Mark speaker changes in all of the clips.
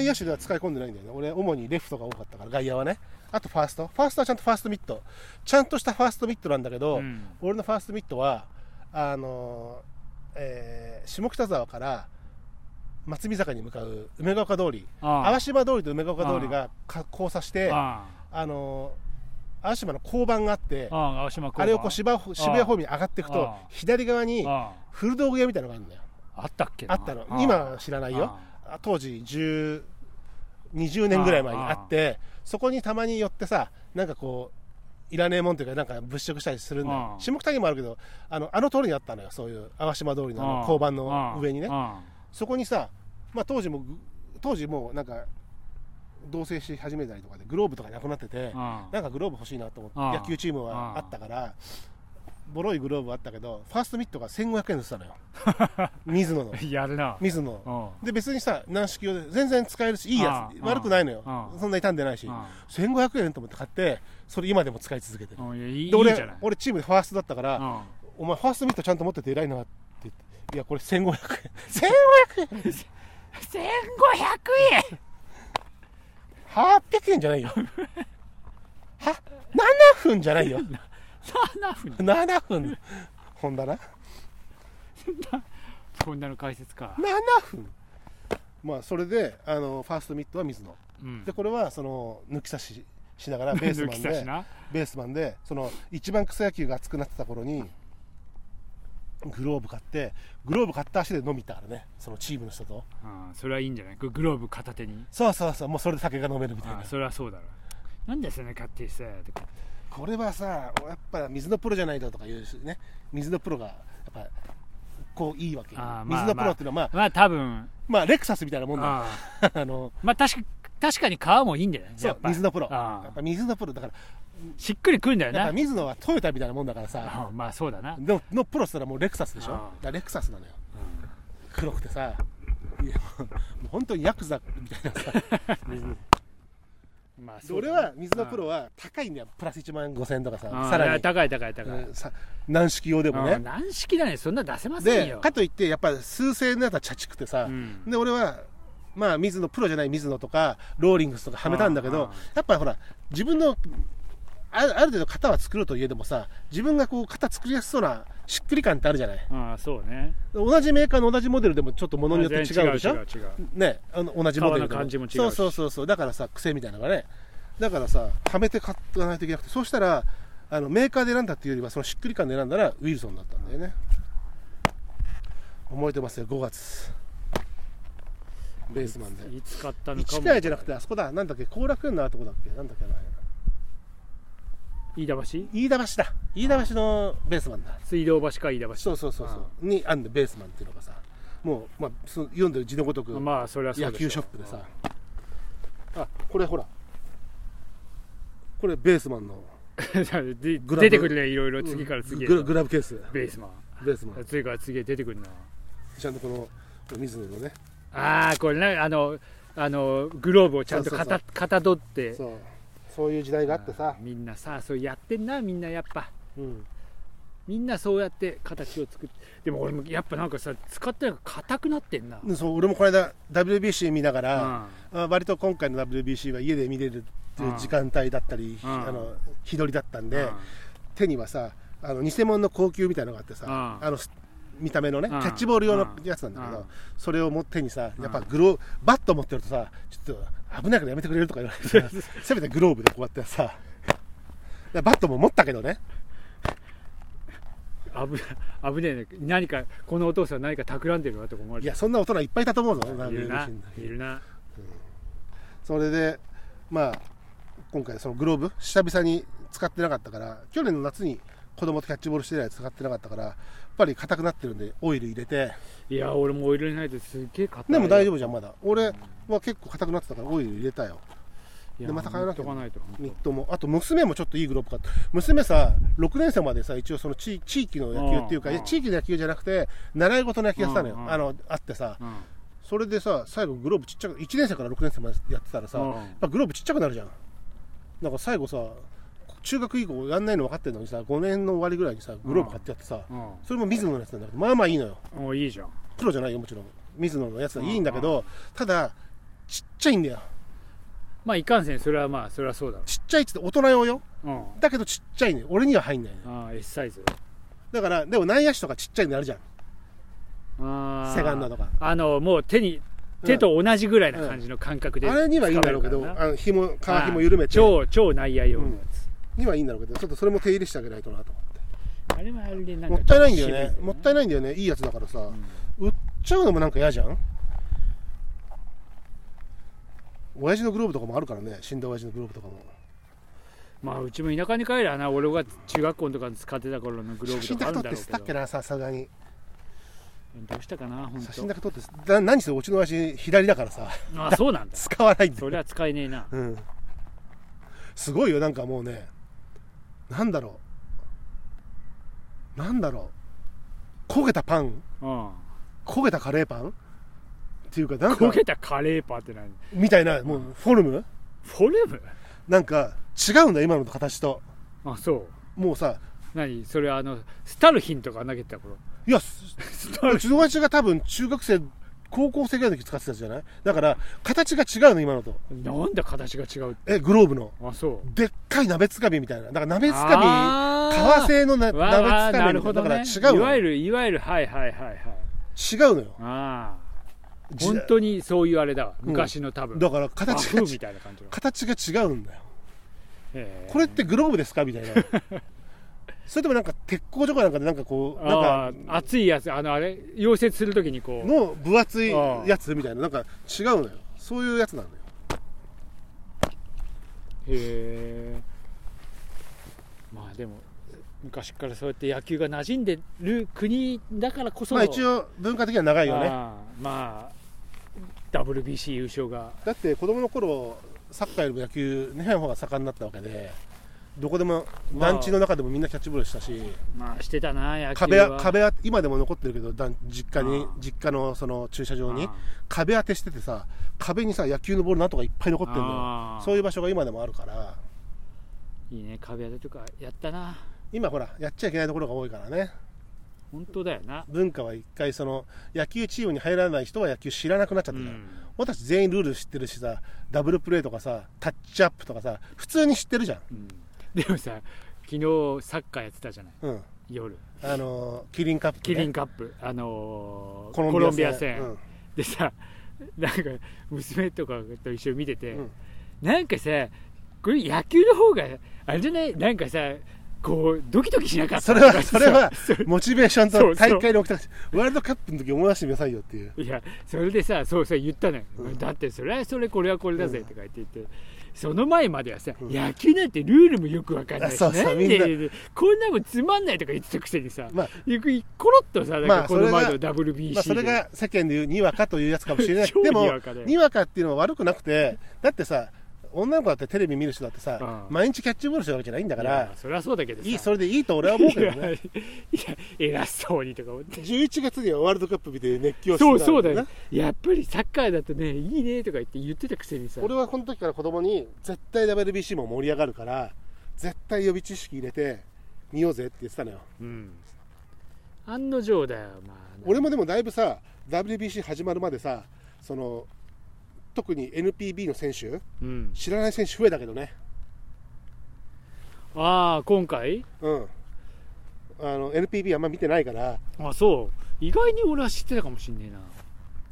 Speaker 1: 野手では使い込んでないんだよね。俺、主にレフトが多かったから、外野はね。あとファースト。ファーストはちゃんとファーストミット。ちゃんとしたファーストミットなんだけど、
Speaker 2: うん
Speaker 1: 俺のファーストミットは、あのーえー下北沢から松見坂に向かう梅ヶ丘通り、
Speaker 2: ああ
Speaker 1: 淡島通りと梅ヶ丘通りがか交差して、あ
Speaker 2: あ
Speaker 1: のー淡島の交番があって、
Speaker 2: あああ青島交番
Speaker 1: あれをこう芝生渋谷方面に上がっていくと
Speaker 2: ああ、
Speaker 1: 左側に
Speaker 2: あ
Speaker 1: 古道具屋みたいなのがあるんだよ。
Speaker 2: ああったっけな
Speaker 1: あったの
Speaker 2: あ。あ
Speaker 1: 今は知らないよ。あ当時10 20年ぐらい前にあってそこにたまに寄ってさなんかこういらねえもんというかなんか物色したりするんだよ
Speaker 2: あ
Speaker 1: 下北にもあるけどあのあの通りにあったのよそういう淡島通りのあの
Speaker 2: ああ
Speaker 1: 交番の上にね
Speaker 2: あ
Speaker 1: そこにさ、まあ、当時もぐ当時もうなんか同棲し始めたりとかでグローブとかなくなってて
Speaker 2: あああ
Speaker 1: なんかグローブ欲しいなと思
Speaker 2: あ
Speaker 1: って
Speaker 2: あ
Speaker 1: 野球チーム
Speaker 2: あ
Speaker 1: は
Speaker 2: あ
Speaker 1: あったからボロいグローブあったけどファーストミットが1500円でしたのよ 水野の
Speaker 2: やるな
Speaker 1: 水野の
Speaker 2: うん
Speaker 1: で別にさ軟式用で全然使えるしいいやつ
Speaker 2: ああ
Speaker 1: 悪くないのよ
Speaker 2: ああ
Speaker 1: そんな傷んでないし
Speaker 2: あ
Speaker 1: 1500円と思って買ってそれ今でも使い続けてる
Speaker 2: うんいやいいい
Speaker 1: で
Speaker 2: いじ
Speaker 1: 俺
Speaker 2: ゃない
Speaker 1: 俺チームでファーストだったか
Speaker 2: う
Speaker 1: ら
Speaker 2: ん
Speaker 1: 「お前ファーストミットちゃんと持ってて偉いな」って言って「いやこれ1500円1500
Speaker 2: 1500円
Speaker 1: 800円じゃないよは7分じゃないよ
Speaker 2: 7分
Speaker 1: 7分ほんだな
Speaker 2: こんなの解説か
Speaker 1: 7分まあそれであのファーストミットは水野
Speaker 2: うん
Speaker 1: でこれはその抜き差ししながらベース
Speaker 2: 抜
Speaker 1: マ
Speaker 2: き
Speaker 1: ン
Speaker 2: 差し
Speaker 1: で
Speaker 2: な
Speaker 1: ベースマンでその一番草野球が熱くなってた頃にグローブ買ってグローブ買った足で飲みたからねそのチームの人と
Speaker 2: うんそれはいいんじゃないググローブ片手に
Speaker 1: そうそうそうもうそれで酒が飲めるみたい
Speaker 2: あ
Speaker 1: な
Speaker 2: それはそうだろなんでそんな買ってさとか
Speaker 1: これはさやっぱ水のプロじゃないととか言うしね水のプロがやっぱこういいわけよ
Speaker 2: あーまあ
Speaker 1: 水のプロっていうのはまあ、まあ
Speaker 2: まあ多分
Speaker 1: レクサスみたいなもんだ
Speaker 2: ああ
Speaker 1: あの
Speaker 2: まあ確か確かに皮もいいんだよね
Speaker 1: そ
Speaker 2: や
Speaker 1: う
Speaker 2: っぱ
Speaker 1: 水のプロ
Speaker 2: ああ
Speaker 1: やっぱ水のプロだから
Speaker 2: しっくりくるんだよ
Speaker 1: やっぱ
Speaker 2: な
Speaker 1: 水野はトヨタみたいなもんだからさ
Speaker 2: ああまあそうだな
Speaker 1: ののプロしたらもうレクサスでしょ
Speaker 2: あ
Speaker 1: だ
Speaker 2: あ
Speaker 1: からレクサスなのよ、黒くてさいやもうもう本当にヤクザみたいなさ
Speaker 2: まあ
Speaker 1: 俺は水のプロは高いんだよプラス1万5000とかさ
Speaker 2: さ
Speaker 1: さ
Speaker 2: ら
Speaker 1: ら
Speaker 2: に
Speaker 1: に
Speaker 2: 高い高い高い、
Speaker 1: うんさ軟式用でも
Speaker 2: うん
Speaker 1: ね
Speaker 2: 軟式だねそんな出せません
Speaker 1: で
Speaker 2: よ
Speaker 1: かといってやっぱ数千円のやつはチャチくてさ、
Speaker 2: うん
Speaker 1: で俺はまあ水野プロじゃない水野とかローリングスとかはめたんだけ
Speaker 2: ああ
Speaker 1: どやっぱほら自分のあるある程度型は作るといえどもさ自分がこう型作りやすそうなしっくり感ってあるじゃない
Speaker 2: ああそうね
Speaker 1: 同じメーカーの同じモデルでもちょっと物によって違うでしょ
Speaker 2: 全然違う違う違う
Speaker 1: ねあの同じモデルでも
Speaker 2: 革の感じも違うし
Speaker 1: そうそうそうそうだからさ癖みたいなのがねだからさはめて買っていかないといけなくてそうしたらあのメーカーで選んだっていうよりはそのしっくり感で選んだらウィルソンだったんだよね覚えてますよ5月ベースマンで
Speaker 2: いつ買ったのかも
Speaker 1: 市川じゃなくてあそこだなんだっけ後楽園のあるとこだっけなんだっけな
Speaker 2: 飯田橋
Speaker 1: 飯田橋だ飯田橋のベースマンだ
Speaker 2: 水道橋か飯田橋
Speaker 1: そうそうそうそうにあんでベースマンっていうのがさもう、まあ、その読んでる字のごとく
Speaker 2: まあそれはそうでしょ
Speaker 1: 野
Speaker 2: う
Speaker 1: 球ショップでさあこれほらこれベースマンの
Speaker 2: で
Speaker 1: グラブ
Speaker 2: 出てくるねいろいろ次から次へ
Speaker 1: グラ
Speaker 2: と
Speaker 1: グラブケース
Speaker 2: ベースマ
Speaker 1: ベースマ
Speaker 2: ン
Speaker 1: ン
Speaker 2: 次から次へ出てくるな
Speaker 1: ちゃんとこのこの水野のね
Speaker 2: ああこれねあのあのグローブをちゃんとか
Speaker 1: そう
Speaker 2: たかたどって
Speaker 1: そうそういう時代があってさ
Speaker 2: あー、みんなさそうやってんなみんなやっぱ
Speaker 1: うん、
Speaker 2: みんなそうやって形を作ってでも俺もやっぱなんかさ使ってなんか硬くなってんな、
Speaker 1: でそう俺もこの間 WBC 見なが
Speaker 2: う
Speaker 1: ら、
Speaker 2: ん
Speaker 1: あ割と今回の WBC は家で見れるっていう時間帯だったり、
Speaker 2: うん
Speaker 1: あの日取りだったんで、
Speaker 2: うん
Speaker 1: 手にはさあの偽物の高級みたいなのがあってさ、
Speaker 2: うん
Speaker 1: あのす見た目のね、
Speaker 2: うん
Speaker 1: キャッチボール用のやつなんだけど、
Speaker 2: うん
Speaker 1: それを持って手にさ
Speaker 2: ん
Speaker 1: やっぱグローバット持ってるとさちょっと危ないからやめてくれるとか言われてさ せめてグローブでこうやってさでバットも持ったけどね
Speaker 2: 危ない危ねえね何かこのお父さん何か企んでるなとか思わ
Speaker 1: い
Speaker 2: れて
Speaker 1: やそんな大人いっぱいいたと思うぞ
Speaker 2: いるな
Speaker 1: WBC の
Speaker 2: いるな
Speaker 1: それでまあ今回そのグローブ久々に使ってなかったから去年の夏に子供とキャッチボールして以来使ってなかったからやっぱり硬くなってるんでオイル入れて
Speaker 2: いや俺もオイルないとすっげえ硬い
Speaker 1: でも大丈
Speaker 2: 夫
Speaker 1: 夫じゃんまだ俺は結構硬くなってたからオイル入れたよでまた買わなきゃ
Speaker 2: とかないと
Speaker 1: ミットもあと娘もちょっといいグローブ買った娘さ6年生までさ一応その地地域の野球っていうか
Speaker 2: うん
Speaker 1: いや地域の野球じゃなくて習い事の野球やってたのよ
Speaker 2: うん
Speaker 1: あのあってさ
Speaker 2: うん
Speaker 1: それでさ最後グローブちっちゃく1年生から6年生までやってたらさ
Speaker 2: う
Speaker 1: や
Speaker 2: ん
Speaker 1: っぱグローブちっちゃくなるじゃんなんか最後さ中学以降やんないの分かってるのにさ5年の終わりぐらいにさグローブ買ってやってさ
Speaker 2: うん
Speaker 1: それも水野のやつなんだけどまあまあいいのよ
Speaker 2: おいいじゃん
Speaker 1: プロじゃないよもちろん水野のやつはいいんだけど、ただちっちゃいんだよ
Speaker 2: まあいかんせんそれはまあそれはそうだろ
Speaker 1: ちっちゃいっつって大人用よ
Speaker 2: う、うん、
Speaker 1: だけどちっちゃいね俺には入んないね
Speaker 2: ああ S サイズ
Speaker 1: だからでも内野手とかちっちゃいのあるじゃん
Speaker 2: ああ
Speaker 1: セカンドとか
Speaker 2: あのもう手に手と同じぐらいな感じの感覚で、
Speaker 1: あれにはいいんだろうけど
Speaker 2: 掴めるからな
Speaker 1: あの紐皮紐緩めて
Speaker 2: 超超内野用のやつ、
Speaker 1: にはいいんだろうけどちょっとそれも手入れしてあげないとなと
Speaker 2: あれはあれでなんか
Speaker 1: もったいないんだよね
Speaker 2: ちょ
Speaker 1: も
Speaker 2: っ
Speaker 1: っ
Speaker 2: と
Speaker 1: たいないんだよねいいやつだからさ、売っちゃうのもなんか嫌じゃん親父のグローブとかもあるからね死んだ親父のグローブとかも
Speaker 2: まあうちも田舎に帰りゃな俺が中学校のとかに使ってた頃のグロー
Speaker 1: 写
Speaker 2: ブと
Speaker 1: 真
Speaker 2: か
Speaker 1: だ
Speaker 2: あ
Speaker 1: け
Speaker 2: る
Speaker 1: 撮って捨
Speaker 2: んだろ
Speaker 1: て
Speaker 2: う
Speaker 1: たっ
Speaker 2: け
Speaker 1: け
Speaker 2: ど
Speaker 1: なさすがに
Speaker 2: どうしたかな本
Speaker 1: 写真
Speaker 2: 当
Speaker 1: だけ撮ってだ何せうちの親父左だから さ
Speaker 2: あそうなんだ
Speaker 1: 使わないんだ
Speaker 2: そ
Speaker 1: よ
Speaker 2: れは使えねえな
Speaker 1: うんすごいよなんかもうねなんだろうなんだろう焦げたパン
Speaker 2: うん
Speaker 1: 焦げたカレーパンっていうかなんか
Speaker 2: 焦げたカレーパンって何
Speaker 1: みたいなもうフォルム
Speaker 2: フォルム
Speaker 1: なんか違うんだよ今のと形と
Speaker 2: あそう
Speaker 1: もうさ
Speaker 2: 何それあのスタルヒンとか投げてた頃
Speaker 1: いやす
Speaker 2: スタ
Speaker 1: う
Speaker 2: ル
Speaker 1: ちの親父が多分中学生高校生ぐらいの時使ってたやつじゃないだから形が違うの今のと
Speaker 2: なんだ形が違う
Speaker 1: えグローブの
Speaker 2: あそう
Speaker 1: でっかい鍋つかみみたいなだから鍋つかみ
Speaker 2: あ
Speaker 1: 革
Speaker 2: ー
Speaker 1: 製のな
Speaker 2: わあわあ
Speaker 1: 鍋つか
Speaker 2: な
Speaker 1: みみた
Speaker 2: るほ
Speaker 1: いな
Speaker 2: ど
Speaker 1: だか
Speaker 2: ね
Speaker 1: ら違う
Speaker 2: いわ
Speaker 1: の
Speaker 2: ゆ
Speaker 1: よ
Speaker 2: るいわゆるはいはいはいはい
Speaker 1: 違うのよ
Speaker 2: ああ
Speaker 1: じ
Speaker 2: 本当にそういうあれだわ昔の多分、
Speaker 1: だから
Speaker 2: 和
Speaker 1: 形が
Speaker 2: 風み
Speaker 1: ち
Speaker 2: たいな感じの
Speaker 1: 形が違うんだよ
Speaker 2: へえ
Speaker 1: これってグローブですかみたい なそれともなんか鉄工所かなんかでなんかこうなん
Speaker 2: あ
Speaker 1: か
Speaker 2: あ熱いやつあのあれ溶接するときにこう
Speaker 1: の分厚いやつみたいななんか違うのよそういうやつなのよ
Speaker 2: へえまあでも昔からそうやって野球が馴染んでる国だからこそ
Speaker 1: ま
Speaker 2: の
Speaker 1: あ一応文化的には長いよね
Speaker 2: ああまあ WBC 優勝が
Speaker 1: だって子供の頃サッカーよりも野球日本の方が盛んになったわけでどこでも
Speaker 2: まあ
Speaker 1: 団地の中でもみんなキャッチボールしたし、
Speaker 2: まあしてたな野球は
Speaker 1: 壁は壁は今でも残ってるけど団実家に
Speaker 2: ああ
Speaker 1: 実家のその駐車場に
Speaker 2: ああ
Speaker 1: 壁当てしててさ壁にさ野球のボールなんとかいっぱい残ってるのよ
Speaker 2: ああ
Speaker 1: そういう場所が今でもあるから
Speaker 2: いいね壁当てとかやったな
Speaker 1: 今ほらやっちゃいけないところが多いからね
Speaker 2: 本当だよな、
Speaker 1: 文化は一回その野球チームに入らない人は野球知らなくなっちゃっ
Speaker 2: う
Speaker 1: たじゃん
Speaker 2: ん、
Speaker 1: 俺たち全員ルール知ってるしさダブルプレーとかさタッチアップとかさ普通に知ってるじゃん
Speaker 2: うんでもさ昨日サッカーやってたじゃない
Speaker 1: うん
Speaker 2: 夜
Speaker 1: あのーキリンカップ、ね、
Speaker 2: キリンカップ、あのー
Speaker 1: コロン
Speaker 2: コロンビア
Speaker 1: 戦
Speaker 2: 戦、
Speaker 1: うん
Speaker 2: でさなんか娘とかと一緒に見てて、
Speaker 1: うん
Speaker 2: なんかさこれ野球の方があれじゃないなんかさこうドキドキしなかった
Speaker 1: それは
Speaker 2: と
Speaker 1: そ
Speaker 2: かさ
Speaker 1: れはモチベーション
Speaker 2: そ
Speaker 1: と
Speaker 2: うそう
Speaker 1: 大会の起きたワールドカップの時思い出してみなさいよっていう
Speaker 2: いやそれでさそうそう言ったのよ、
Speaker 1: うん
Speaker 2: だってそれはそれこれはこれだぜとか言って言って、その前まではさ、
Speaker 1: うん
Speaker 2: 野球なんてルールもよくわかんないし
Speaker 1: あそうそう
Speaker 2: なん
Speaker 1: みんな
Speaker 2: でこんなもんつまんないとか言ってたくせにさ、
Speaker 1: まあ
Speaker 2: ゆくコロッとさなん
Speaker 1: ま
Speaker 2: か
Speaker 1: あ
Speaker 2: この前
Speaker 1: そ
Speaker 2: の
Speaker 1: れ
Speaker 2: WBC で、
Speaker 1: まあそれが世間でいうにわかというやつかもしれない
Speaker 2: 超
Speaker 1: でも
Speaker 2: にわかだよ
Speaker 1: にわかっていうのは悪くなくてだってさ女の子だってテレビ見る人だってさ
Speaker 2: うん
Speaker 1: 毎日キャッチボールしてるわけじゃないんだか
Speaker 2: いや
Speaker 1: ら
Speaker 2: それはそうだけどさ
Speaker 1: いいそれでいいと俺は思うけどね
Speaker 2: いやいや偉そうにとか思って
Speaker 1: 11月にはワールドカップ見て熱狂してた
Speaker 2: そ
Speaker 1: ん
Speaker 2: うそうだ
Speaker 1: な
Speaker 2: よやっぱりサッカーだとねいいねとか言って言ってたくせにさ
Speaker 1: 俺はこの時から子供に絶対 WBC も盛り上がるから絶対予備知識入れて見ようぜって言ってたのよ
Speaker 2: うん案の定だよまあ
Speaker 1: 俺もでもだいぶさ WBC 始まるまでさその特に NPB の選手
Speaker 2: うん
Speaker 1: 知らない選手増えたけどね
Speaker 2: ああ今回
Speaker 1: うんあの NPB あんま見てないから
Speaker 2: あそう意外に俺は知ってたかもしんねえな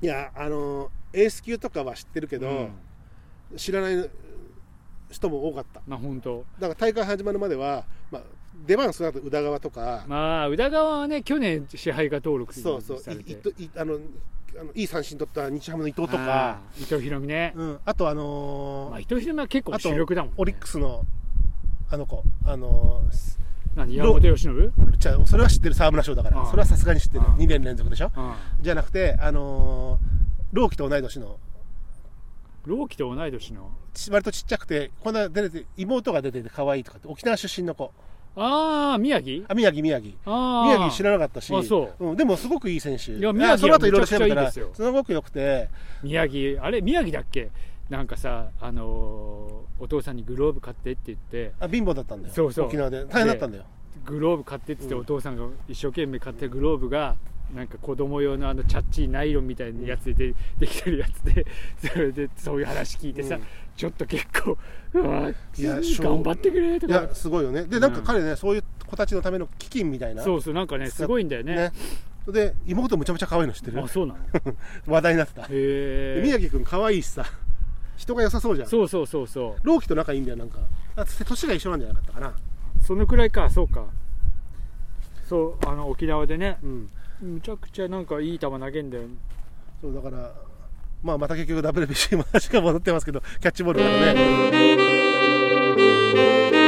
Speaker 2: い
Speaker 1: やあのエース級とかは知ってるけど、
Speaker 2: うん
Speaker 1: 知らない人も多かった
Speaker 2: まあ本当
Speaker 1: だから大会始まるまでは、まあ、出番その後宇田川とか、
Speaker 2: まあ宇田川はね去年支配下登録されて
Speaker 1: そうそういいといあのあのいい三振取った日ハムの伊藤とか
Speaker 2: あー伊藤博美ね
Speaker 1: あ,、、うん、あとあのー
Speaker 2: まあ、伊藤博美は結構
Speaker 1: あと
Speaker 2: 主力だもん、ね、
Speaker 1: オリックスのあの子あのーす
Speaker 2: 何山本由伸うん
Speaker 1: じゃあそれは知ってる沢村賞だから
Speaker 2: ああ
Speaker 1: それはさすがに知ってる
Speaker 2: ああ
Speaker 1: 2年連続でしょじゃなくてあのー、朗希と同い年の
Speaker 2: 朗希と同い年の
Speaker 1: ち割とちっちゃくてこんな出てて妹が出てて可愛いとかって沖縄出身の子
Speaker 2: ああ宮城
Speaker 1: あ宮城宮城
Speaker 2: ああ
Speaker 1: 宮城知らなかったし、
Speaker 2: あそう
Speaker 1: ん、でもすごくいい選手
Speaker 2: いや
Speaker 1: あ
Speaker 2: 宮城は
Speaker 1: その後いろいろ調べた
Speaker 2: めち
Speaker 1: ら
Speaker 2: ゃくちゃいいです
Speaker 1: すごく良くて
Speaker 2: 宮城あれ宮城だっけなんかさあのーお父さんにグローブ買ってって言って
Speaker 1: あ貧乏だったんだよ
Speaker 2: そうそう
Speaker 1: 沖縄で大変だったんだよ
Speaker 2: グローブ買ってって言って、
Speaker 1: うん
Speaker 2: お父さんが一生懸命買ってグローブがなんか子供用のあのチャッチーナイロンみたいなやつででできてるやつで それでそういう話聞いてさ、
Speaker 1: うん
Speaker 2: ちょっと結構うわ
Speaker 1: いやしょう
Speaker 2: 頑張ってくれと
Speaker 1: い
Speaker 2: か
Speaker 1: やすごいよねでなんか彼ね、そういう子たちのための基金みたいな
Speaker 2: そうそうなんかねすごいんだよね
Speaker 1: ねで妹むちゃむちゃ可愛いの知ってる
Speaker 2: あそうなの へ
Speaker 1: 話題になってた、で宮
Speaker 2: え
Speaker 1: 城君可愛いしさ人が良さそうじゃん
Speaker 2: そうそうそうそ
Speaker 1: 朗希と仲いいんだよなんかあつって年が一緒なんじゃなかったかな
Speaker 2: うそのくらいかそうかそうあの沖縄でね
Speaker 1: うん
Speaker 2: むちゃくちゃなんかいい球投げんだよ
Speaker 1: そうだからまあまた 結局 WBC の話が戻ってますけどキャッチボールからね